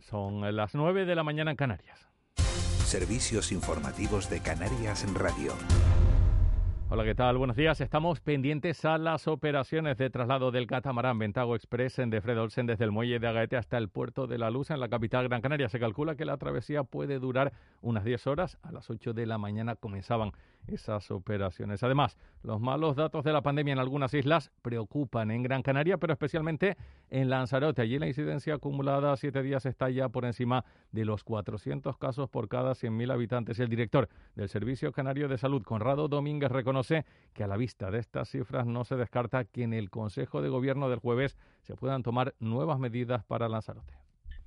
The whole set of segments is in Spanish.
Son las 9 de la mañana en Canarias. Servicios informativos de Canarias en Radio. Hola, ¿qué tal? Buenos días. Estamos pendientes a las operaciones de traslado del catamarán Ventago Express en de Fred Olsen desde el muelle de Agaete hasta el puerto de La Luz en la capital Gran Canaria. Se calcula que la travesía puede durar unas 10 horas. A las 8 de la mañana comenzaban esas operaciones. Además, los malos datos de la pandemia en algunas islas preocupan en Gran Canaria, pero especialmente en Lanzarote. Allí la incidencia acumulada a 7 días está ya por encima de los 400 casos por cada 100.000 habitantes. El director del Servicio Canario de Salud, Conrado Domínguez, reconoce sé que a la vista de estas cifras no se descarta que en el Consejo de Gobierno del jueves se puedan tomar nuevas medidas para Lanzarote.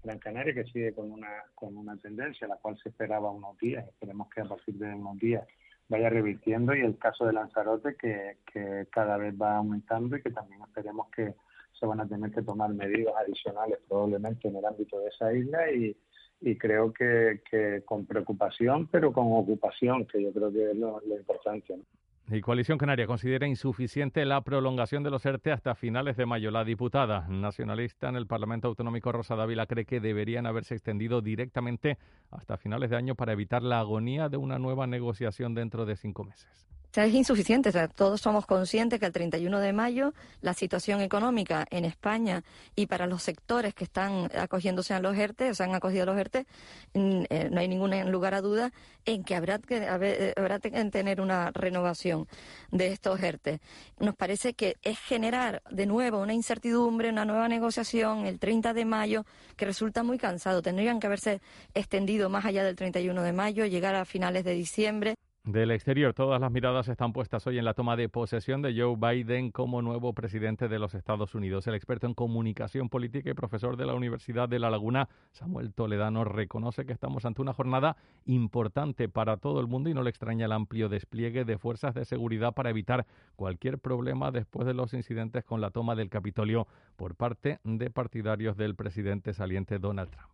Gran Canaria que sigue con una, con una tendencia, la cual se esperaba unos días, esperemos que a partir de unos días vaya revirtiendo y el caso de Lanzarote que, que cada vez va aumentando y que también esperemos que se van a tener que tomar medidas adicionales probablemente en el ámbito de esa isla y, y creo que, que con preocupación pero con ocupación, que yo creo que es lo, lo importante. ¿no? Y Coalición Canaria considera insuficiente la prolongación de los ERTE hasta finales de mayo. La diputada nacionalista en el Parlamento Autonómico Rosa Dávila cree que deberían haberse extendido directamente hasta finales de año para evitar la agonía de una nueva negociación dentro de cinco meses. O sea, es insuficiente. O sea, todos somos conscientes que el 31 de mayo la situación económica en España y para los sectores que están acogiéndose a los ERTE, o se han acogido a los ERTE, mm, eh, no hay ningún lugar a duda en que habrá que, eh, habrá que tener una renovación de estos ERTE. Nos parece que es generar de nuevo una incertidumbre, una nueva negociación el 30 de mayo que resulta muy cansado. Tendrían que haberse extendido más allá del 31 de mayo, llegar a finales de diciembre. Del exterior, todas las miradas están puestas hoy en la toma de posesión de Joe Biden como nuevo presidente de los Estados Unidos. El experto en comunicación política y profesor de la Universidad de La Laguna, Samuel Toledano, reconoce que estamos ante una jornada importante para todo el mundo y no le extraña el amplio despliegue de fuerzas de seguridad para evitar cualquier problema después de los incidentes con la toma del Capitolio por parte de partidarios del presidente saliente Donald Trump.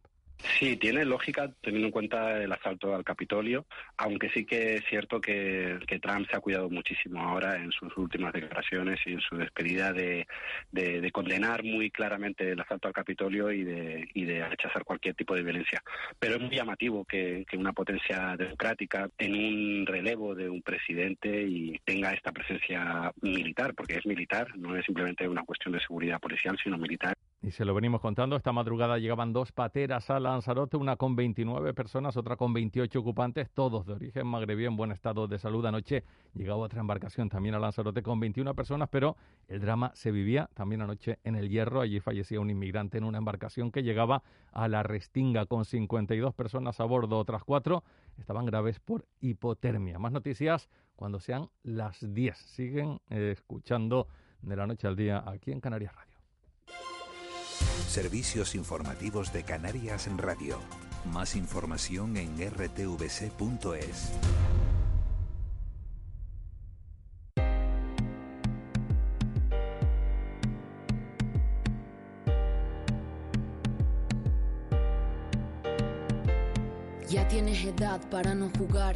Sí, tiene lógica teniendo en cuenta el asalto al Capitolio, aunque sí que es cierto que, que Trump se ha cuidado muchísimo ahora en sus últimas declaraciones y en su despedida de, de, de condenar muy claramente el asalto al Capitolio y de, y de, rechazar cualquier tipo de violencia. Pero es muy llamativo que, que, una potencia democrática en un relevo de un presidente y tenga esta presencia militar, porque es militar, no es simplemente una cuestión de seguridad policial, sino militar. Y se lo venimos contando, esta madrugada llegaban dos pateras a Lanzarote, una con 29 personas, otra con 28 ocupantes, todos de origen magrebí en buen estado de salud. Anoche llegaba otra embarcación también a Lanzarote con 21 personas, pero el drama se vivía también anoche en el Hierro. Allí fallecía un inmigrante en una embarcación que llegaba a la Restinga con 52 personas a bordo, otras cuatro estaban graves por hipotermia. Más noticias cuando sean las 10. Siguen eh, escuchando de la noche al día aquí en Canarias Radio. Servicios informativos de Canarias en Radio. Más información en rtvc.es. Ya tienes edad para no jugar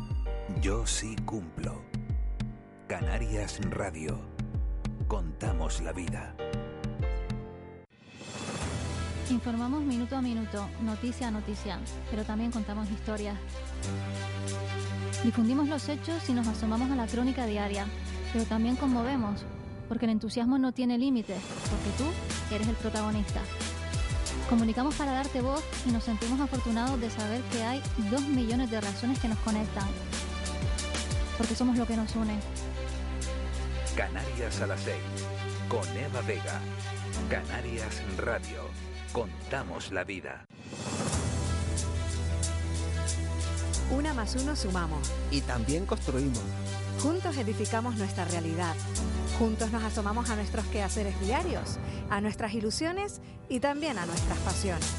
Yo sí cumplo. Canarias Radio. Contamos la vida. Informamos minuto a minuto, noticia a noticia, pero también contamos historias. Difundimos los hechos y nos asomamos a la crónica diaria, pero también conmovemos, porque el entusiasmo no tiene límites, porque tú eres el protagonista. Comunicamos para darte voz y nos sentimos afortunados de saber que hay dos millones de razones que nos conectan porque somos lo que nos une. Canarias a las 6, con Eva Vega. Canarias Radio, contamos la vida. Una más uno sumamos. Y también construimos. Juntos edificamos nuestra realidad. Juntos nos asomamos a nuestros quehaceres diarios, a nuestras ilusiones y también a nuestras pasiones.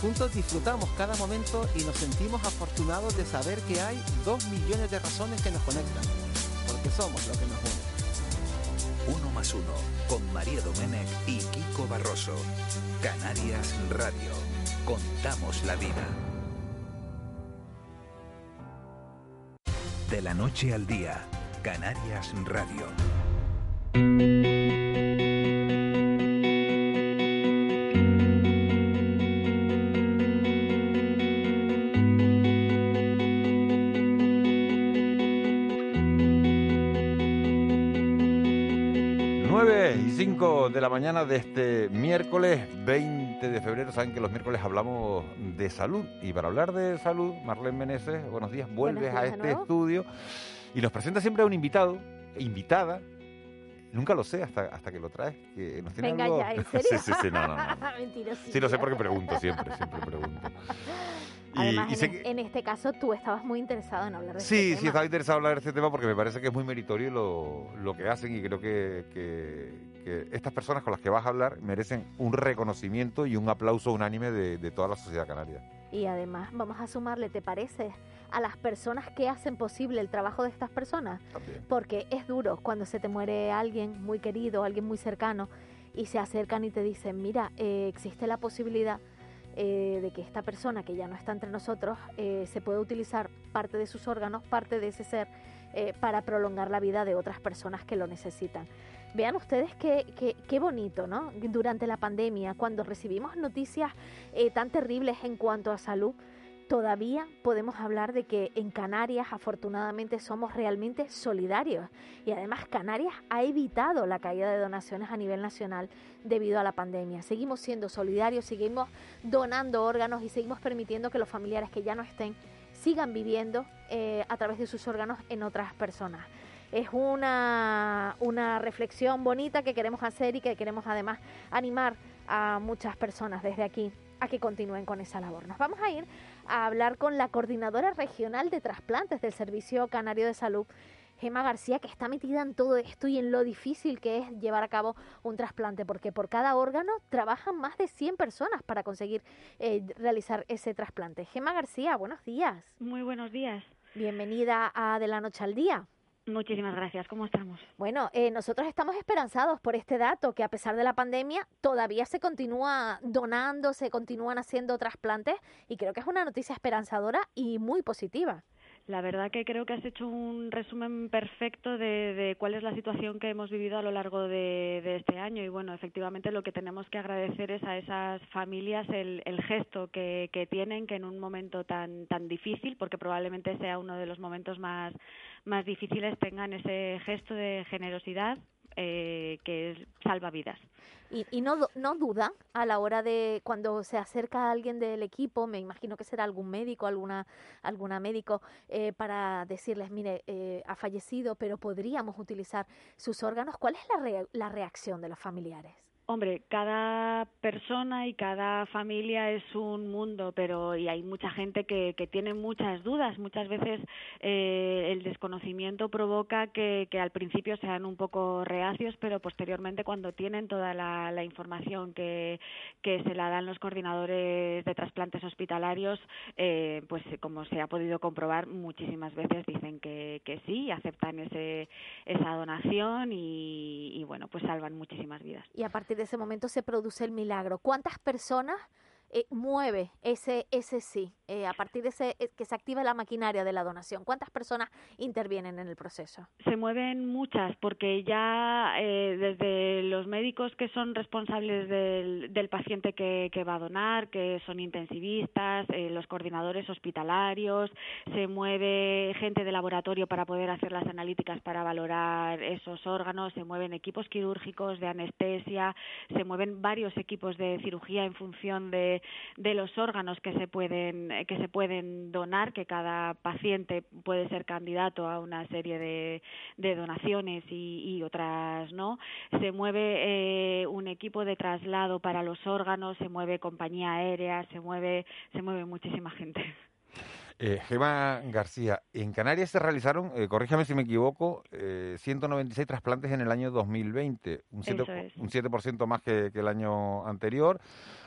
Juntos disfrutamos cada momento y nos sentimos afortunados de saber que hay dos millones de razones que nos conectan, porque somos lo que nos une. Uno más uno con María Domenech y Kiko Barroso. Canarias Radio. Contamos la vida. De la noche al día. Canarias Radio. Nueve y 5 de la mañana de este miércoles 20 de febrero. Saben que los miércoles hablamos de salud. Y para hablar de salud, Marlene Meneses, buenos días, vuelves días a de este nuevo. estudio y nos presenta siempre a un invitado, invitada. Nunca lo sé hasta, hasta que lo traes. Que nos tiene Venga algo- ya, ¿en serio? sí, sí, sí, no, no, no. Mentirosilla. Sí, lo sé porque pregunto siempre, siempre pregunto. Y- Además, y en, sé es- que- en este caso tú estabas muy interesado en hablar de Sí, este sí, tema. estaba interesado en hablar de este tema porque me parece que es muy meritorio lo, lo que hacen y creo que, que- que estas personas con las que vas a hablar merecen un reconocimiento y un aplauso unánime de, de toda la sociedad canaria. Y además vamos a sumarle, ¿te parece? A las personas que hacen posible el trabajo de estas personas. También. Porque es duro cuando se te muere alguien muy querido, alguien muy cercano, y se acercan y te dicen, mira, eh, existe la posibilidad eh, de que esta persona que ya no está entre nosotros eh, se puede utilizar parte de sus órganos, parte de ese ser, eh, para prolongar la vida de otras personas que lo necesitan. Vean ustedes qué, qué- qué bonito, ¿no? Durante la pandemia, cuando recibimos noticias eh, tan terribles en cuanto a salud, todavía podemos hablar de que en Canarias afortunadamente somos realmente solidarios y además Canarias ha evitado la caída de donaciones a nivel nacional debido a la pandemia. Seguimos siendo solidarios, seguimos donando órganos y seguimos permitiendo que los familiares que ya no estén sigan viviendo eh, a través de sus órganos en otras personas. Es una, una reflexión bonita que queremos hacer y que queremos además animar a muchas personas desde aquí a que continúen con esa labor. Nos vamos a ir a hablar con la coordinadora regional de trasplantes del Servicio Canario de Salud, Gema García, que está metida en todo esto y en lo difícil que es llevar a cabo un trasplante, porque por cada órgano trabajan más de 100 personas para conseguir eh, realizar ese trasplante. Gema García, buenos días. Muy buenos días. Bienvenida a De la Noche al Día. Muchísimas gracias. ¿Cómo estamos? Bueno, eh, nosotros estamos esperanzados por este dato, que a pesar de la pandemia todavía se continúa donando, se continúan haciendo trasplantes y creo que es una noticia esperanzadora y muy positiva. La verdad que creo que has hecho un resumen perfecto de, de cuál es la situación que hemos vivido a lo largo de, de este año. Y bueno, efectivamente lo que tenemos que agradecer es a esas familias el, el gesto que, que tienen, que en un momento tan, tan difícil, porque probablemente sea uno de los momentos más, más difíciles, tengan ese gesto de generosidad eh, que es- salva vidas. Y, y no, du- no dudan a la hora de cuando se acerca alguien del equipo, me imagino que será algún médico, alguna, alguna médico, eh, para decirles, mire, eh, ha fallecido, pero podríamos utilizar sus órganos. ¿Cuál es la, re- la reacción de los familiares? Hombre, cada persona y cada familia es un mundo, pero y hay mucha gente que, que tiene muchas dudas. Muchas veces eh, el desconocimiento provoca que, que al principio sean un poco reacios, pero posteriormente cuando tienen toda la, la información que, que se la dan los coordinadores de trasplantes hospitalarios, eh, pues eh, como se ha podido comprobar muchísimas veces dicen que, que sí, aceptan ese, esa donación y- y bueno, pues salvan muchísimas vidas. y a partir de ese momento se produce el milagro. ¿Cuántas personas eh, mueve ese, ese sí? Eh, a partir de ese, eh, que se activa la maquinaria de la donación, ¿cuántas personas intervienen en el proceso? se mueven muchas porque ya eh, desde los médicos que son responsables del, del paciente que, que va a donar, que son intensivistas, eh, los coordinadores hospitalarios, se mueve gente de laboratorio para poder hacer las analíticas para valorar esos órganos, se mueven equipos quirúrgicos de anestesia, se mueven varios equipos de cirugía en función de, de los órganos que se pueden eh, que se pueden donar, que cada paciente puede ser candidato a una serie de, de donaciones y, y otras no. Se mueve eh, un equipo de traslado para los órganos, se mueve compañía aérea, se mueve se mueve muchísima gente. Eh, Gema García, en Canarias se realizaron, eh, corríjame si me equivoco, eh, 196 trasplantes en el año 2020, un 7%, es. un 7% más que, que el año anterior,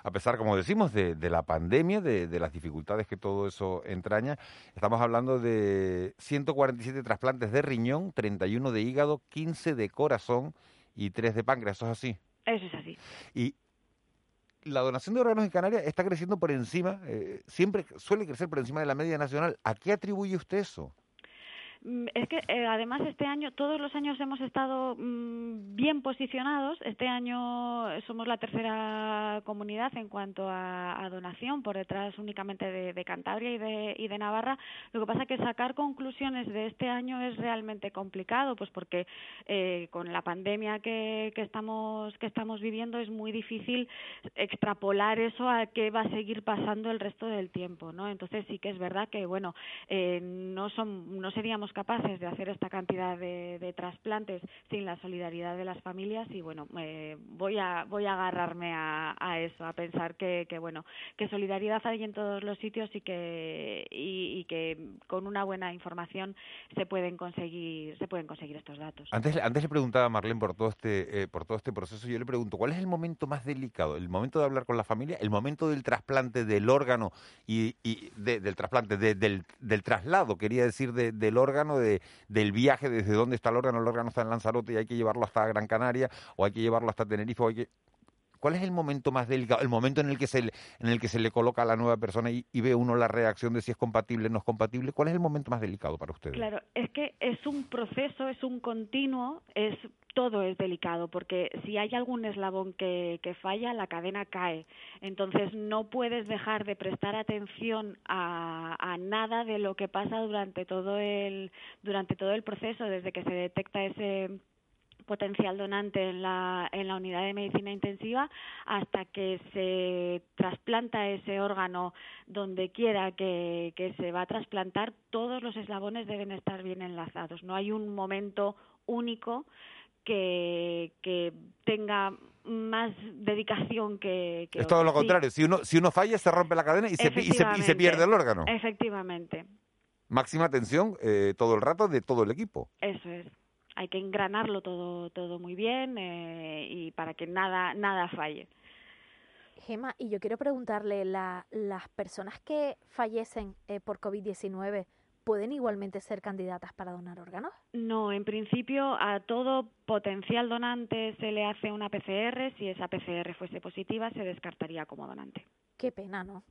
a pesar, como decimos, de, de la pandemia, de, de las dificultades que todo eso entraña. Estamos hablando de 147 trasplantes de riñón, 31 de hígado, 15 de corazón y 3 de páncreas, eso es así. Eso es así. Y la donación de órganos en Canarias está creciendo por encima, eh, siempre suele crecer por encima de la media nacional. ¿A qué atribuye usted eso? Mm, Es que eh, además este año, todos los años hemos estado mm, bien posicionados. Este año eh, somos la tercera comunidad en cuanto a, a donación, por detrás únicamente de, de Cantabria y de, y de Navarra. Lo que pasa que sacar conclusiones de este año es realmente complicado, pues porque eh, con la pandemia que, que estamos que estamos viviendo es muy difícil extrapolar eso a qué va a seguir pasando el resto del tiempo, ¿no? Entonces sí que es verdad que bueno eh, no son no seríamos capaces de hacer esta cantidad de, de trasplantes sin la solidaridad de las familias y bueno eh, voy a voy a agarrarme a, a eso a pensar que, que bueno que solidaridad hay en todos los sitios y que y, y que con una buena información se pueden conseguir se pueden conseguir estos datos. Antes, antes le preguntaba a Marlene por todo, este, eh, por todo este proceso, yo le pregunto, ¿cuál es el momento más delicado? ¿El momento de hablar con la familia? ¿El momento del trasplante del órgano y, y de- del trasplante, de- del, del traslado, quería decir, de- del órgano, de- del viaje, desde dónde está el órgano? El órgano está en Lanzarote y hay que llevarlo hasta Gran Canaria o hay que llevarlo hasta Tenerife o hay que... ¿Cuál es el momento más delicado? El momento en el que se le, en el que se le coloca a la nueva persona y, y ve uno la reacción de si es compatible o no es compatible. ¿Cuál es el momento más delicado para ustedes? Claro, es que es un proceso, es un continuo, es todo es delicado porque si hay algún eslabón que, que falla, la cadena cae. Entonces no puedes dejar de prestar atención a, a nada de lo que pasa durante todo el durante todo el proceso, desde que se detecta ese potencial donante en la, en la unidad de medicina intensiva hasta que se trasplanta ese órgano donde quiera que, que se va a trasplantar, todos los eslabones deben estar bien enlazados. No hay un momento único que, que tenga más dedicación que, que es todo lo otro. Sí, contrario. Si uno, si uno falla, se rompe la cadena y se, pi- y se- y se efectivamente, pierde el órgano. Efectivamente, Máxima tensión eh, todo el rato de todo el equipo. eso es. Hay que engranarlo todo, todo muy bien eh, y para que nada, nada falle. Gema, y yo quiero preguntarle, la- ¿las personas que fallecen eh, por COVID-19 pueden igualmente ser candidatas para donar órganos? No, en principio a todo potencial donante se le hace una PCR. Si esa PCR fuese positiva, se descartaría como donante. Qué pena, ¿no?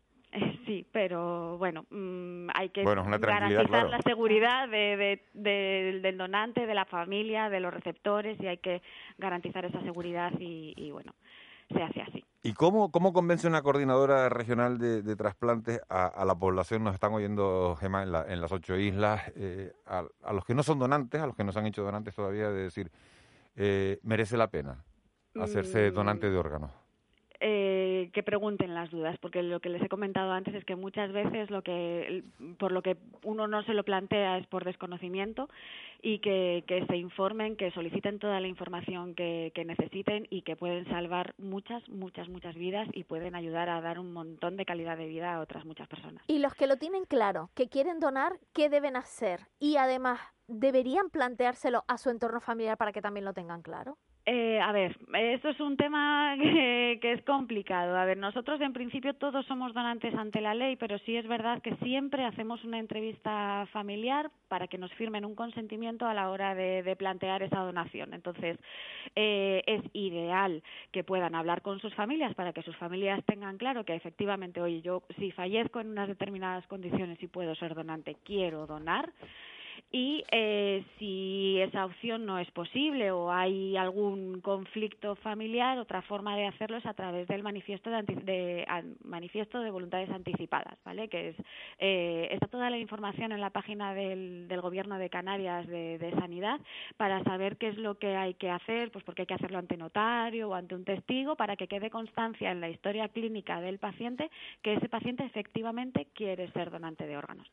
Sí, pero bueno, mm, hay que Bueno, es una tranquilidad, garantizar claro. la seguridad de, de- del- del donante, de la familia, de los receptores y hay que garantizar esa seguridad y, y, bueno, se hace así. ¿Y cómo, cómo convence una coordinadora regional de, de trasplantes a, a la población? Nos están oyendo, Gemma, en, la- en las ocho islas, eh, a, a los que no son donantes, a los que no se han hecho donantes todavía, de decir, eh, merece la pena hacerse Mm. donante de órganos. eh, que pregunten las dudas, porque lo que les he comentado antes es que muchas veces lo que el- por lo que uno no se lo plantea es por desconocimiento y que, que se informen, que soliciten toda la información que, que necesiten y que pueden salvar muchas, muchas, muchas vidas y pueden ayudar a dar un montón de calidad de vida a otras muchas personas. Y los que lo tienen claro, que quieren donar, ¿qué deben hacer? Y además, ¿deberían planteárselo a su entorno familiar para que también lo tengan claro? Eh, a ver, esto es un tema que, que es complicado. A ver, nosotros en principio todos somos donantes ante la ley, pero sí es verdad que siempre hacemos una entrevista familiar para que nos firmen un consentimiento a la hora de, de plantear esa donación. Entonces, eh, es ideal que puedan hablar con sus familias para que sus familias tengan claro que efectivamente, oye, yo si fallezco en unas determinadas condiciones y puedo ser donante, quiero donar. Y eh, si esa opción no es posible o hay algún conflicto familiar, otra forma de hacerlo es a través del manifiesto de, anti- de- an- manifiesto de voluntades anticipadas, ¿vale? Que es eh, está toda la información en la página del, del Gobierno de Canarias de, de Sanidad para saber qué es lo que hay que hacer, pues porque hay que hacerlo ante notario o ante un testigo para que quede constancia en la historia clínica del paciente que ese paciente efectivamente quiere ser donante de órganos.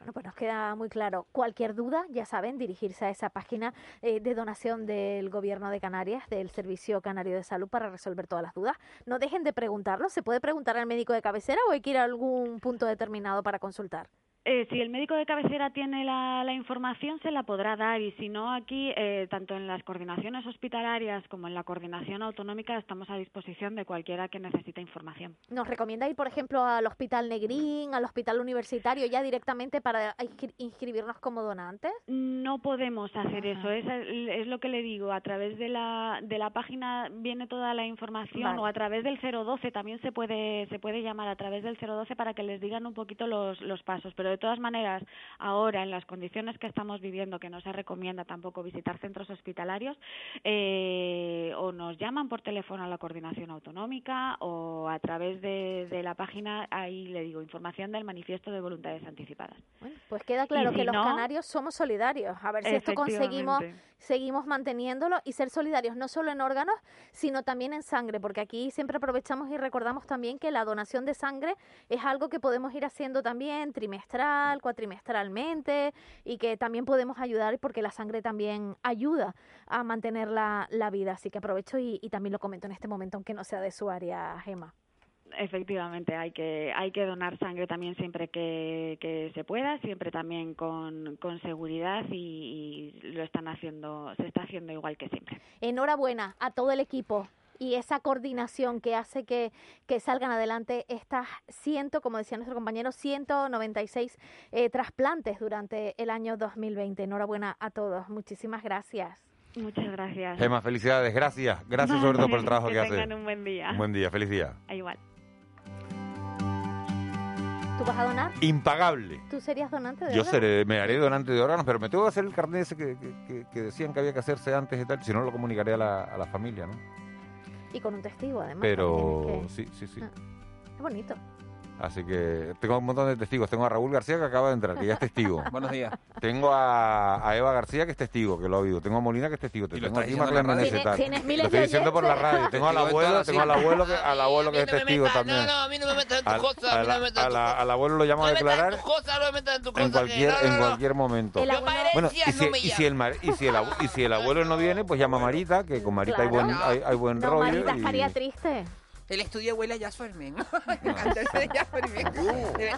Bueno, pues nos queda muy claro. Cualquier duda, ya saben, dirigirse a esa página eh, de donación del Gobierno de Canarias, del Servicio Canario de Salud, para resolver todas las dudas. No dejen de preguntarlo. Se puede preguntar al médico de cabecera o hay que ir a algún punto determinado para consultar. eh, si el médico de cabecera tiene la, la información, se la podrá dar y si no, aquí, eh, tanto en las coordinaciones hospitalarias como en la coordinación autonómica, estamos a disposición de cualquiera que necesite información. ¿Nos recomienda ir, por ejemplo, al Hospital Negrín, al Hospital Universitario, ya directamente para inscri- inscribirnos como donantes? No podemos hacer eso, es, es lo que le digo, a través de la, de la página viene toda la información Vale. o a través del 012 también se puede, se puede llamar a través del 012 para que les digan un poquito los, los pasos, pero de todas maneras, ahora en las condiciones que estamos viviendo, que no se recomienda tampoco visitar centros hospitalarios, eh, o nos llaman por teléfono a la coordinación autonómica o a través de, de la página, ahí le digo, información del manifiesto de voluntades anticipadas. Pues queda claro Y que si los no, canarios somos solidarios. A ver si esto conseguimos, efectivamente. seguimos manteniéndolo y ser solidarios no solo en órganos, sino también en sangre, porque aquí siempre aprovechamos y recordamos también que la donación de sangre es algo que podemos ir haciendo también trimestral, cuatrimestralmente y que también podemos ayudar porque la sangre también ayuda a mantener la, la vida. Así que aprovecho y, y también lo comento en este momento, aunque no sea de su área, Gema. Efectivamente, hay que, hay que donar sangre también siempre que, que se pueda, siempre también con, con seguridad y, y lo están haciendo, se está haciendo igual que siempre. enhorabuena a todo el equipo y esa coordinación que hace que, que salgan adelante estas 100, como decía nuestro compañero, 196 eh, trasplantes durante el año 2020. Enhorabuena a todos. Muchísimas gracias. Muchas gracias. Gemma, felicidades, gracias. Gracias sobre todo por el trabajo que, haces. tengan un buen día. Un buen día, feliz día. Igual. ¿Tú vas a donar? Impagable. ¿Tú serías donante de Yo órganos? seré, me haré donante de órganos, pero me tengo que hacer el carnet ese que, que- que- que decían que había que hacerse antes y tal, si no lo comunicaré a la, a la familia, ¿no? Y con un testigo, además. Pero tienes que- sí, sí, sí. Ah, es bonito. Así que tengo un montón de testigos. Tengo a Raúl García que acaba de entrar, que ya es testigo. Ah, Buenos días. Tengo a, a Eva García que es testigo, que lo ha oído. Tengo a Molina que es testigo. Te Y lo tengo estás aquí diciendo Marlene en la radio. Meneses, tal. Tienes- tienes Lo miles estoy de diciendo por la oyentes. radio. Tengo al Testigo de abuelo, todas, tengo al sí. abuelo que, al abuelo que es testigo también. No, no, a mí no me metas en Al, tus cosas, a mí a la- no me metas a en la- al abuelo lo llamo a declarar tus cosas, no me metas en tus en cosas. que cualquier, no, no, en no. cualquier momento. El abuelo- Bueno, y herencia si, no me y si el mar- y si el abu- y si el abuelo no viene, pues llama a Marita, que con Marita hay buen, Claro. hay, hay buen No, rollo. Marita y- estaría triste. El estudio huele a Jazz Fermín. Ah. Uh.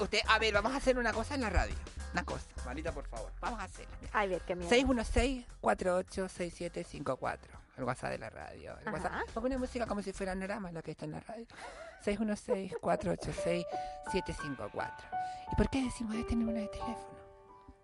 Usted, a ver, vamos a hacer una cosa en la radio. Una cosa. Marita, por favor. Vamos a hacerla. Ay, ver, qué miedo. 616-486754. El WhatsApp de la radio. El WhatsApp. Pongo una música como si fuera Norama lo que está en la radio. 616-486-754. ¿Y por qué decimos este número de teléfono?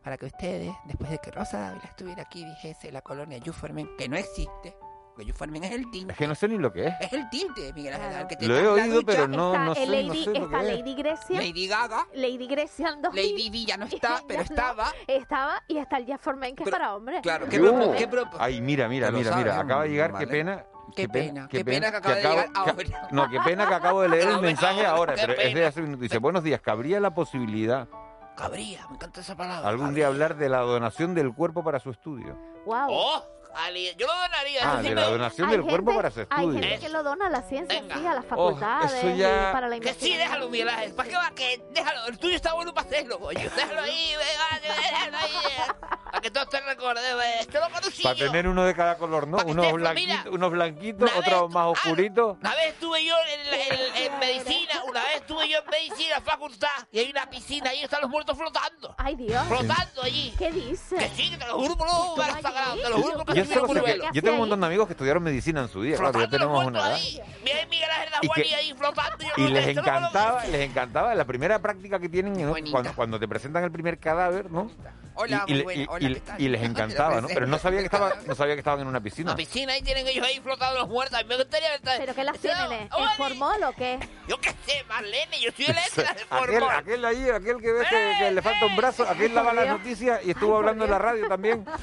Para que ustedes, después de que Rosa Dávila estuviera aquí, dijese la colonia Yuformen, que no existe. Porque Yuformen es el tinte. Es que no sé ni lo que es. Es el tinte, Miguel Ángel. al que te Lo he da la oído, ducha. pero no- Está no sé- el no Lady, sé lo está que es. Lady Grecia. Lady Gaga. Lady Grecia en 2000. Lady D ya no está, pero Ya no, estaba. estaba y está el Jeff Forman, que es para hombres. Claro, ¿qué, Uh. propo- qué propo- Ay, mira, mira, Te lo mira, sabes, mira. ¿no? Acaba de llegar, qué Vale. pena. Qué pena, qué pena que acaba de llegar ahora. que- No, qué pena que acabo de leer el mensaje ahora, qué pero es de hace un minuto. Dice, buenos días, ¿cabría la posibilidad Cabría, me encanta esa palabra. algún día hablar de la donación del cuerpo para su estudio? Wow. Oh, Ali, yo lo donaría. Ah, eso sí de me- la donación Hay del cuerpo gente- para su Hay estudio. gente que lo dona a la ciencia, sí, a las Oh, facultades, eso ya- y para Que la investigación. sí, déjalo, Miguel Ángel. ¿Para qué va? Que déjalo. El tuyo está bueno para hacerlo, coño. Déjalo ahí, venga, déjalo ahí. eh. Para que todos te recuerden. eh. Esto lo conocí Para yo. tener uno de cada color, ¿no? Unos blanquitos, unos blanquitos, otros más oscuritos. ah, Una vez estuve yo en, la- en- en medicina, una vez estuve yo en medicina, facultad, y hay una piscina, ahí están los muertos flotando. Ay, Dios. Flotando allí. ¿Qué dices? Que sí, que te lo juro por un lugar sagrado, te lo juro porque Yo, estuve en solo sé que- Curvelo. yo tengo un montón de amigos que estudiaron medicina en su día, claro, ya tenemos una edad. Mira, Miguel Ángel Y Nahuali que- ahí flotando. yo Y no- les esto no me lo encantaba, creo. les encantaba la primera práctica que tienen ¿no? cuando, cuando te presentan el primer cadáver, ¿no? Hola, y, y muy le- buena, y- hola, y- ¿qué tal? y les encantaba, ¿no? Pero no sabía que estaban, no sabía que estaban en una piscina. La piscina ahí tienen ellos ahí flotando los muertos. A mí me gustaría ver. ¿Pero qué las tienen? eh? ¿En formol o qué? Yo qué sé, Marlene, yo soy eléctrica de Aquel, formol. ¡Eh, aquel ahí, aquel que ves que, que le falta un brazo, aquel daba las noticias y estuvo hablando en la radio también.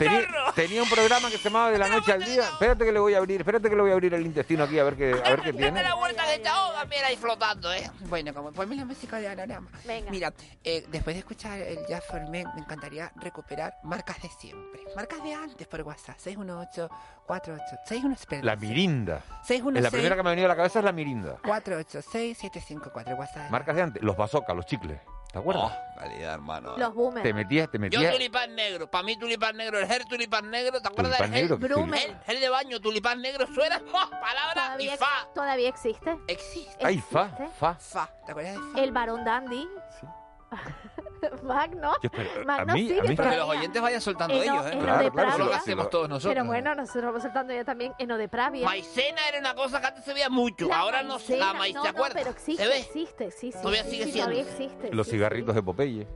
Tenía, tenía un programa que se llamaba De la noche al día. Espérate que le voy a abrir, espérate que le voy a abrir el intestino aquí a ver qué, a ver qué tiene. Date la vuelta que te ahoga, mira, ahí flotando, ¿eh? Bueno, como ponme la música de Anorama. Mira, eh, después de escuchar el Jazz for Men, me encantaría recuperar marcas de siempre. Marcas de antes por WhatsApp. 618-48. La mirinda. Seis, uno, la seis. primera que me ha venido a la cabeza es la mirinda. 486-754 WhatsApp. Marcas de antes, los bazookas, los chicles. ¿Te acuerdas? calidad, hermano. Los boomers. Te metías, te Oh, Yo metías. tulipán negro, para mí tulipán negro, el gel tulipán negro, ¿te acuerdas del Tulipán gel? negro, ¿qué Brummel. El gel de baño, tulipán negro, suena ¡oh! palabra y Todavía, fa. todavía existe. Existe. Ay, fa, fa. Fa, ¿te acuerdas de El varón dandy. Magno. Yo espero- a Magno mí- a sigue mí- Pero que los todavía. oyentes vayan soltando Eno- ellos, ¿eh? Eno Claro, de claro, Pravia. lo hacemos todos nosotros. ¿eh? Pero bueno, nosotros vamos soltando ya también Eno de Pravia. Maicena era una cosa que antes se veía mucho, ahora no se- la maíz, ¿se no, no, acuerda? pero existe, ¿Se ve? existe, sí, sí. Todavía sí, sigue sí, siendo. Todavía existe. Los sí. cigarritos de Popeye.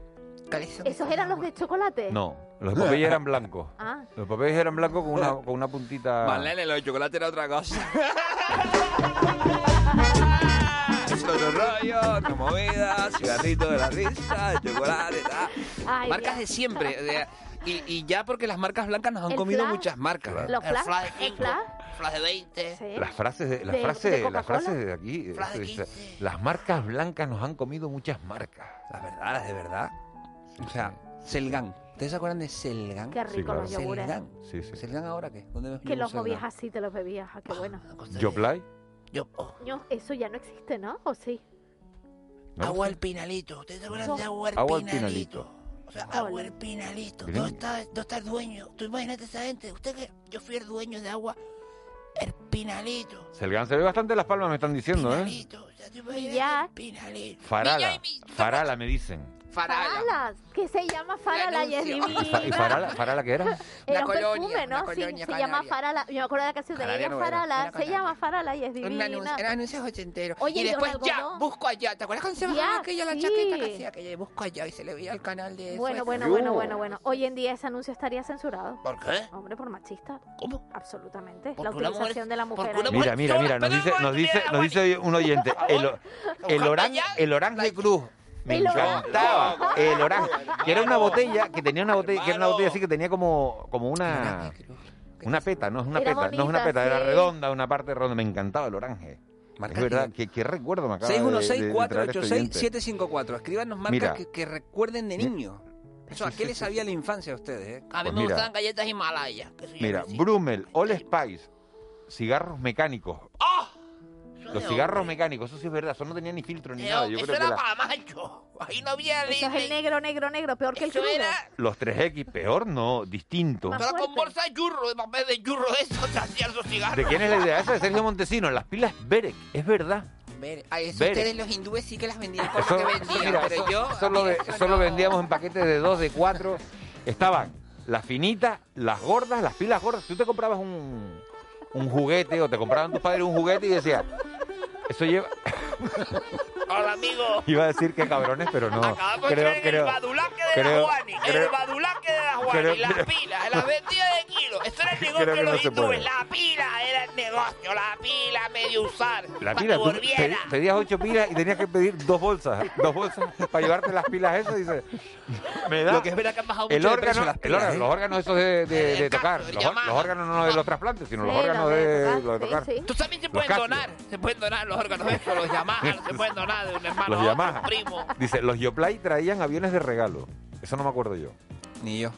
¿Esos eran los de chocolate? No, los de Popeye eran blancos. Ah. Los Popeyes eran blancos con una, con una puntita... Marlene, lo de chocolate era otra cosa. es otro rollo, otra movida, cigarrito de la risa, chocolate, tal. Ay, marcas Dios. de siempre. de- y, y ya porque las marcas blancas nos han El comido flash. muchas marcas. Los El flash, flash de el 5, flash de 20. Las frases de, las De- frases, de Coca-Cola. las frases de aquí. eh, Frase es- las marcas blancas nos han comido muchas marcas. Las verdades, de verdad. O sea, Selgan. ¿Ustedes se acuerdan de Selgan? Qué rico los yogures. Selgan. Sí, sí. ¿Selgan ahora qué? ¿Dónde ves Que los movías así, te los bebías. Ah, qué bueno. Yoplay. oh, No, eso ya no existe, ¿no? ¿O sí? ¿no? Agua al pinalito. ¿Ustedes se acuerdan de agua al Agua al pinalito? pinalito. O sea, agua al pinalito. Gringo. No está, no está el dueño. Tú imagínate esa gente. Usted que yo fui el dueño de agua. El pinalito. Selgan se ve bastante las palmas, me están diciendo, ¿eh? Millar. Farala. Farala, me dicen. Faralas. Que se llama Farala y es divina. ¿Y, fa- y farala, farala qué era? Era Una un colonia, perfume, ¿no? una Sí, colonia se llama canaria. Farala. Yo me acuerdo de la Ah. canción de Canaria no ella, era, Farala. era Se canaria. llama Farala y es Un anuncio- divina. eran anuncios ochenteros. y después ya, busco allá. ¿Te acuerdas cuando se bajaba aquella la chaqueta que hacía aquella? Busco allá y se le veía al canal de Suecia? Bueno, bueno, Yo. bueno, bueno, bueno. Hoy en día ese anuncio estaría censurado. ¿Por qué? Hombre, por machista. ¿Cómo? Absolutamente. Porque La una mujer- utilización de la mujer. ahí. Mira, mira, mira, nos dice, nos dice, nos dice un oyente, el, o- el orange, el orange cruz. Me El Orange. encantaba el orange, que era una botella, que tenía una botella, que era una botella así que tenía como, como una una peta, no es una Era peta, no es bonita, una peta, era sí. redonda, una parte redonda, me encantaba el orange. Es verdad, qué, qué recuerdo me acaba de- de- de traer este oyente. 616-486-754. Escríbanos marcas Mira. que, que recuerden de Mi- niño. Eso, ¿a qué les sabía la infancia a ustedes? eh? A mí Pues me mira. gustaban galletas Himalaya. Mira, Brummel, All Spice, cigarros mecánicos. Los cigarros mecánicos, eso sí es verdad, eso no tenía ni filtro ni nada. Yo eso creo que era Eh, era- para macho. Ahí no había Eso es el negro, negro, negro. Peor que el crudo. los 3X, peor no, distinto. Pero con bolsa de churro, de papel de churro, eso te hacían los cigarros. ¿De quién es la idea esa? De Sergio Montesino, las pilas Berek, es verdad. Ver, a eso Ver. ustedes los hindúes sí que las vendían con Eso, lo que vendían, mira, pero eso- yo... eso lo ve- eso lo vendíamos en paquetes de dos, de cuatro. Estaban las finitas, las gordas, las pilas gordas. Tú te comprabas un, un juguete o te compraban tus padres un juguete y decías, eso lleva... Hola, amigo. Iba a decir que cabrones, pero no. Acabamos de traer el badulaque de creo- la Juani, el creo- badulaque de la Juani, creo- las creo- pilas, las vendidas de kilo. Eso era el negocio Creo que de los no se puede. hindúes, la pila era el negocio, la pila medio usar, La para pila, que tú pe- volviera. pedías ocho pilas y tenías que pedir dos bolsas, dos bolsas para llevarte las pilas esas. Dice, me da Lo que es verdad que han bajado mucho el de órgano, precio las el pilas, órgano, ¿eh? los órganos esos de, de- de tocar, los, or- los órganos no de los trasplantes, sino los órganos de, lo de tocar. Tú también se Los pueden Casio. donar, se pueden donar los órganos, de esos, los Yamaha, se pueden donar de un hermano, Los a otro, Yamaha. un primo. Dice, los Yoplay traían aviones de regalo. Eso no me acuerdo yo. Ni yo.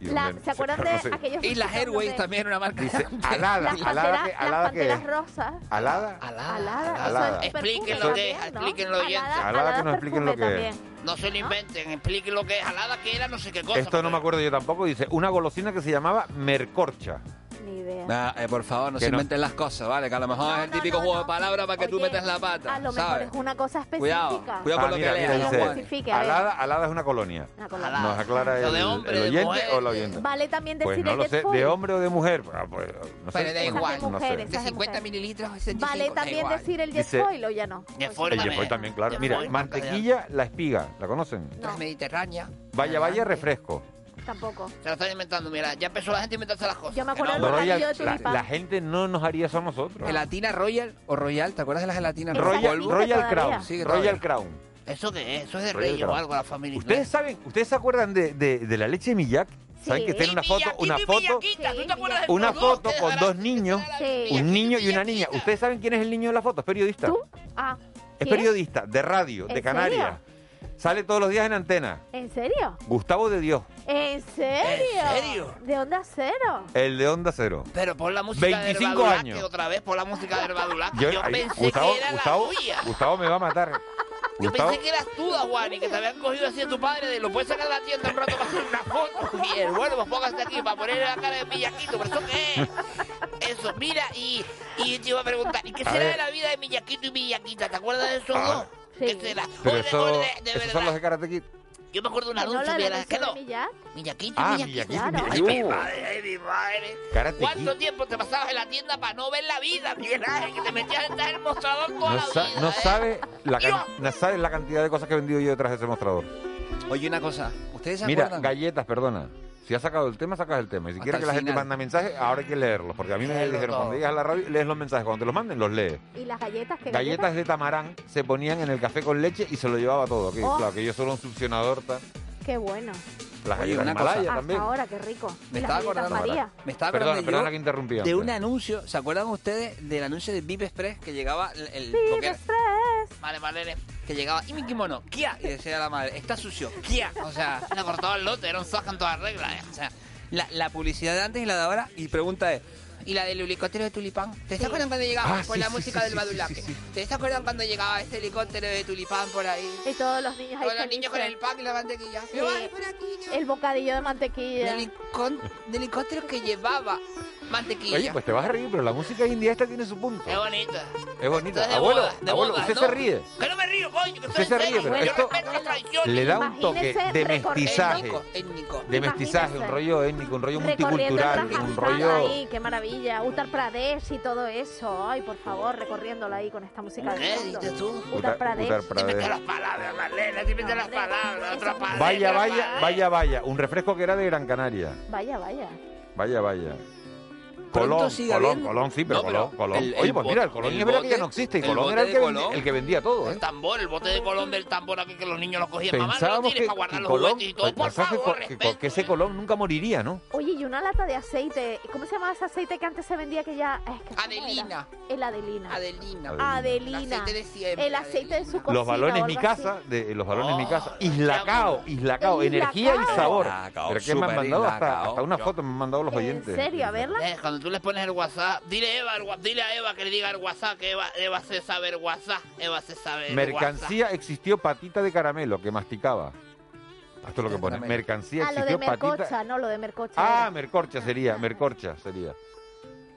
La- ¿Se acuerdan de aquellos Y las bichitos, no Airways sé? también era una marca. Dice, alada, Las alada, panteras- que- alada Las que panteras rosas. alada. Alada. Alada. Expliquen lo que es, expliquen lo que es. Alada, que nos expliquen lo que es. No se lo inventen, expliquen lo que es alada, que era no sé qué cosa. Esto no me acuerdo yo tampoco. Dice, una golosina que se llamaba Mercorcha. Ni idea. eh, por favor, no Que se no. inventen las cosas, ¿vale? Que a lo mejor es el típico juego de palabras para que tú metas la pata, A lo mejor ¿sabes? es una cosa específica. eh. Cuidado, cuidado con Ah, lo mira, que mira, leas. dice, Juan. Especifica, a ver. Alada, Alada es una colonia. Una colonia. Nos aclara Lo el, de hombre, el de oyente mujer. o la oyente. Vale también Pues decir no el lo Jet sé, Fuel. de hombre o de mujer. Ah, pues, no sé. Pero da Esas de igual. No sé. mujeres, esas De 50 mujeres. mililitros a 65. Vale da también igual. decir el Jet Dice- Fuel o ya no. De Pues forma El pues Yepoy también, claro. Mira, mantequilla, la espiga. ¿La conocen? Mediterránea. Vaya, vaya, refresco. Tampoco. Se la están inventando, mira, ya empezó la gente a inventarse las cosas. Yo me acuerdo Que del no, Royal, bocadillo de la, tulipán. la gente no nos haría eso a nosotros. Gelatina Royal o Royal, ¿te acuerdas de la gelatina Royal, Polvo. Royal Crown. Sí, Royal Crown. ¿Eso qué es? Eso es de Royal Reyes o Crown. algo, la familia. ¿Ustedes saben, ustedes se acuerdan de, de- de la leche de Millac? ¿Saben que tiene una foto, una foto, una foto con dos niños, un niño y una niña? ¿Ustedes saben quién es el niño de la foto? Es periodista. Ah, Es ¿quién? periodista de radio, ¿En de Canarias. Sale todos los días en antena. ¿En serio? Gustavo de Dios, ¿En serio? ¿En serio? ¿De onda cero? el de Onda Cero. Pero por la música 25 del Badulaque años. otra vez, por la música del Badulaque. Yo, Yo- ay, pensé Gustavo, que era Gustavo, la tuya. Gustavo me va a matar. Yo Gustavo, pensé que eras tú, Dawani, que te habían cogido así a tu padre de lo puedes sacar de la tienda un rato para hacer una foto. Y el bueno, pues póngase aquí para ponerle la cara de Millaquito, pero eso qué es. Eso, mira, y, y te iba a preguntar, ¿y qué A será ver. de la vida de Millaquito y Millaquita? ¿Te acuerdas de esos Ah. dos? ¿Qué será? pero Oye, eso- oye, de esos verdad. son los de Karate Kid. Yo me acuerdo de una Que no lucha la de de la que no. Millac. Millaquito, Ah, Millaquito. Millaquito, Ay, mi Millaquito. madre, ay, mi madre. Karate ¿Cuánto Kid. tiempo te pasabas en la tienda para no ver la vida, Miguel Ángel? Que te metías en el mostrador toda No, la sa- vida. no ¿eh? sabe la can- no sabes la cantidad de cosas que he vendido yo detrás de ese mostrador. Oye, una cosa. ¿Ustedes se Mira, acuerdan? galletas, perdona. Si has sacado el tema, sacas el tema. Y si Hasta quieres que el la gente final. manda mensajes, ahora hay que leerlos. Porque a mí me Léelo dijeron, todo. cuando llegas a la radio, lees los mensajes. Cuando te los manden, los lees. Y las galletas que Galletas de tamarán se ponían en el café con leche y se lo llevaba todo. Que, Oh. Claro, que yo solo un succionador. tal. Qué bueno. Las Oye, galletas una Himalaya cosa. también. Hasta ahora, qué rico. Me Y estaba las galletas acordando. María. Me estaba Perdona, acordando perdona yo que interrumpí De antes. un anuncio. ¿Se acuerdan ustedes del anuncio de Vip Express que llegaba el. el- lo que era- Vale, Marlene. Que llegaba. Y mi kimono. ¡Kia! Y decía la madre. Está sucio. ¡Kia! O sea, le cortaba el lote. Era un soja en todas reglas. eh. O sea, la, la publicidad de antes y la de ahora. Y pregunta es. Y la del helicóptero de Tulipán. ¿Te estás acuerdan cuando llegaba Ah, por sí, la sí, música sí, del sí, sí, badulaque? sí, sí. ¿Te estás acuerdan cuando llegaba este helicóptero de tulipán por ahí? Y todos los niños ahí Todos los niños con el pan y la mantequilla. Sí. El bocadillo de mantequilla. Del helicóptero que llevaba mantequilla. Oye, pues te vas a reír, pero la música india esta tiene su punto. Qué bonito. Es bonita. Esto es de Abuelo, moda, de abuelo, moda, usted ¿no? se ríe. Que no me río, coño. Que Usted estoy se en ríe, serio. pero Yo esto respeto las tradiciones. le da un toque de recor- mestizaje. étnico, De mestizaje, un Imagínese. rollo étnico, un rollo Recorriendo multicultural, el un Rajasthan rollo... ahí, qué maravilla. Uttar Pradesh y todo eso. Ay, por favor, recorriéndolo ahí con esta música. de ¿Qué fondo. dices tú? Uttar Pradesh. Uttar Pradesh. Dímete las palabras, Marlene. Dímete las palabras. Otra palabra. Vaya, vaya, vaya, vaya. Un refresco que era de Gran Canaria. Vaya, vaya. Vaya, vaya. Pronto Colón, sigue Colón, habiendo- Colón, sí, pero No, pero Colón, Colón. el- Oye, el pues bo- mira, el Colón el es verdad bote- que ya no existe. Y el Colón bote era el de que, Colón. vendi- el que vendía todo, ¿eh? El tambor, el bote de Colón del tambor aquí que los niños lo cogían. Mamá, no lo Pensábamos tienes que, para guardar que los Colón, pues, juguetes y todo. Por pensábamos que favor, co- que, co- respeto. que ese Colón nunca moriría, ¿no? Oye, y una lata de aceite. ¿Cómo se llamaba ese aceite que antes se vendía que ya... es que- ¿cómo Adelina. era? El Adelina. Adelina. Adelina. El aceite de siempre, El aceite de su cocina Los balones o mi algo así. casa, de, los balones mi casa. Oh, Islacao, islacao, El energía y Islacao. sabor. Islacao, Pero que me han súper mandado hasta, Islacao. hasta una foto, me han mandado los ¿En oyentes. serio? A verla. Eh, cuando tú les pones el WhatsApp, dile, Eva, el wa- dile a Eva que le diga el WhatsApp, que Eva, Eva se sabe el WhatsApp, Eva se sabe el Mercancía existió patita de caramelo que masticaba. Esto es lo que pone. Mercancía Ah, lo de existió patita. Mercocha, no, lo de Mercocha. Ah, era. mercorcha sería, mercorcha sería.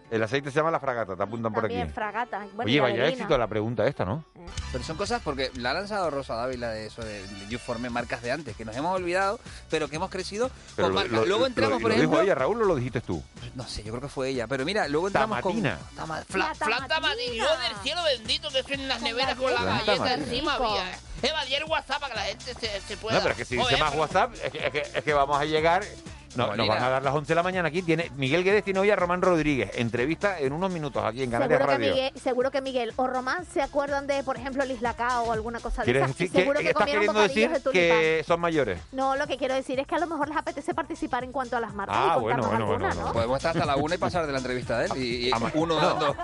El aceite se llama la fragata, te apuntan por aquí. También, fragata. Bueno, y Oye, vaya Adelina. éxito la pregunta esta, ¿no? Pero son cosas porque la ha lanzado Rosa Dávila de eso, de, de Yo Formé Marcas de antes, que nos hemos olvidado, pero que hemos crecido Pero con lo- marcas. lo- luego lo- entramos, por lo ejemplo. dijo ella, Raúl, o lo dijiste tú? No sé, yo creo que fue ella, pero mira, luego entramos Tamatina. con. Tama- Fla- Planta Madrid, yo del cielo bendito que estoy en las neveras con la galletas. galleta Planta encima, Madrid. mía. Eva, di el WhatsApp para que la gente se, se pueda. No, pero es que si dice Joder, más pero- WhatsApp, es que, es que- es que vamos a llegar. No, nos Molina. van a dar las 11 de la mañana aquí. Tiene, Miguel Guedes tiene hoy a Román Rodríguez. Entrevista en unos minutos aquí en Canarias Seguro que, Radio. Miguel, seguro que Miguel o Román se acuerdan de, por ejemplo, el Islacao o alguna cosa de ¿Quieres esas. y decir que, seguro estás comieron queriendo decir bocadillos de tulipán. que son mayores? No, lo que quiero decir es que a lo mejor les apetece participar en cuanto a las marcas Ah, y contarnos bueno, bueno, alguna, bueno, ¿no? bueno. Podemos estar hasta la una y pasar de la entrevista de él. Y, y uno no. dando.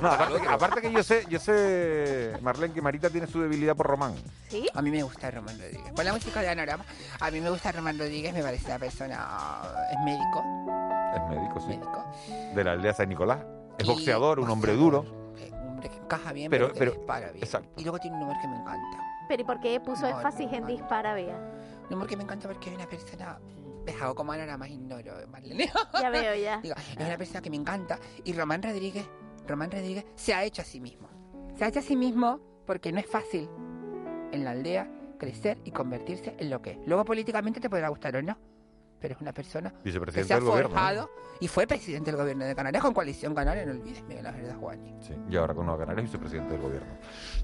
No, aparte, que, aparte que yo sé, yo sé, Marlene, que Marita tiene su debilidad por Román. ¿Sí? A mí me gusta Román Rodríguez. Con la música de Anorama, a mí me gusta Román Rodríguez, me parece una persona... Es médico. Es médico, sí. De la aldea San Nicolás. Es boxeador, un hombre duro. Hombre, que encaja bien, Pero- pero, que pero- dispara bien. exacto. Y luego tiene un humor que me encanta. Pero ¿y por qué puso No, énfasis no, en no. dispara, vea? Un humor que me encanta porque es una persona... Dejado como Anorama, ignoro, Marlene. Ya veo, ya. Digo, es una persona que me encanta. Y Román Rodríguez, Román Rodríguez se ha hecho a sí mismo. Se ha hecho a sí mismo porque no es fácil en la aldea crecer y convertirse en lo que es. Luego políticamente te podrá gustar o no, pero es una persona que se Vicepresidente ha del gobierno. ¿eh? forjado y fue presidente del gobierno de Canarias con coalición Canaria, no olvides, Miguel Ángel de Juani. Sí, y ahora con Nueva Canarias, vicepresidente del gobierno.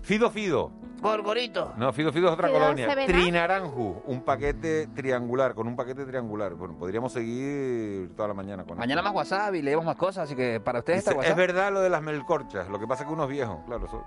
Fido Fido. Gorgorito. No, Fido Fido es otra Fido colonia. Sevena. Trinaranju. Un paquete triangular, con un paquete triangular. Bueno, podríamos seguir toda la mañana con Mañana más WhatsApp y leemos más cosas, así que para ustedes Dice, está WhatsApp. es verdad lo de las melcorchas, lo que pasa que unos viejos, claro. eso-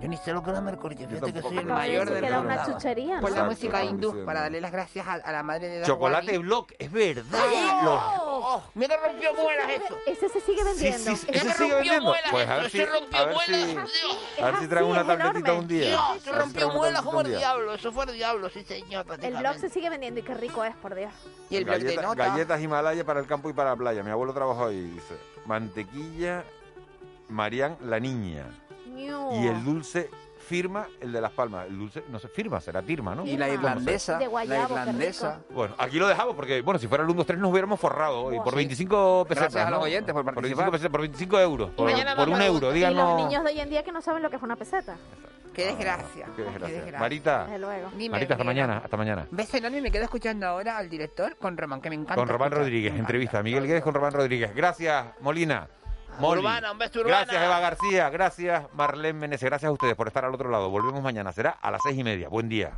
Yo ni sé lo que era Mercurio, fíjate que soy el Acabo de mayor decir de que era una chuchería, ¿no? Por la Exacto, música estamos hindú, diciendo. para darle las gracias a, a la madre de Chocolate Block, es verdad. Los- Mira, rompió muelas eso. Ese se sigue Sí, vendiendo. sí, sí, ese sigue rompió vendiendo. muelas, Pues a eso, ver si, se rompió a ver muelas, si, Dios. a ver si traen una así, es tabletita enorme. un día. Dios, se A ver si rompió traen una tabletita muelas como un el día. diablo. Eso fue el diablo, sí, señor. El prácticamente. blog se sigue vendiendo y qué rico es, por Dios. Y el blog de Galleta- notas. Galletas Himalaya para el campo y para la playa. Mi abuelo trabajó ahí, dice. Mantequilla, Marián, la niña. Ñu. Y el dulce firma el de Las Palmas. El dulce, no sé, firma, será firma, ¿no? Ah, Y la Firma, no sé. irlandesa, De guayabo, la qué irlandesa. Bueno, aquí lo dejamos porque, bueno, si fuera el 1, 2, 3 nos hubiéramos forrado Oh, hoy por Sí. 25 pesetas. Gracias a los ¿no? oyentes por Por participar. 25, pesetas, por 25 euros, por, Mañana por más un me euro, gusta. Y los díganos. niños de hoy en día que no saben lo que es una peseta. Qué desgracia. Qué desgracia. desgracia. Ah. Marita, Desde luego. Dime, Marita, hasta Miguel. mañana, hasta mañana. ¿Ves enorme? Me quedo escuchando ahora al director con Román, que me encanta. Con Román Rodríguez, entrevista. Miguel Guedes con Román Rodríguez. Gracias, Molina. Moli. Urbana, un beso, Urbana. Gracias, Eva García. Gracias, Marlene Meneses. Gracias a ustedes por estar al otro lado. Volvemos mañana. Será a las seis y media. Buen día.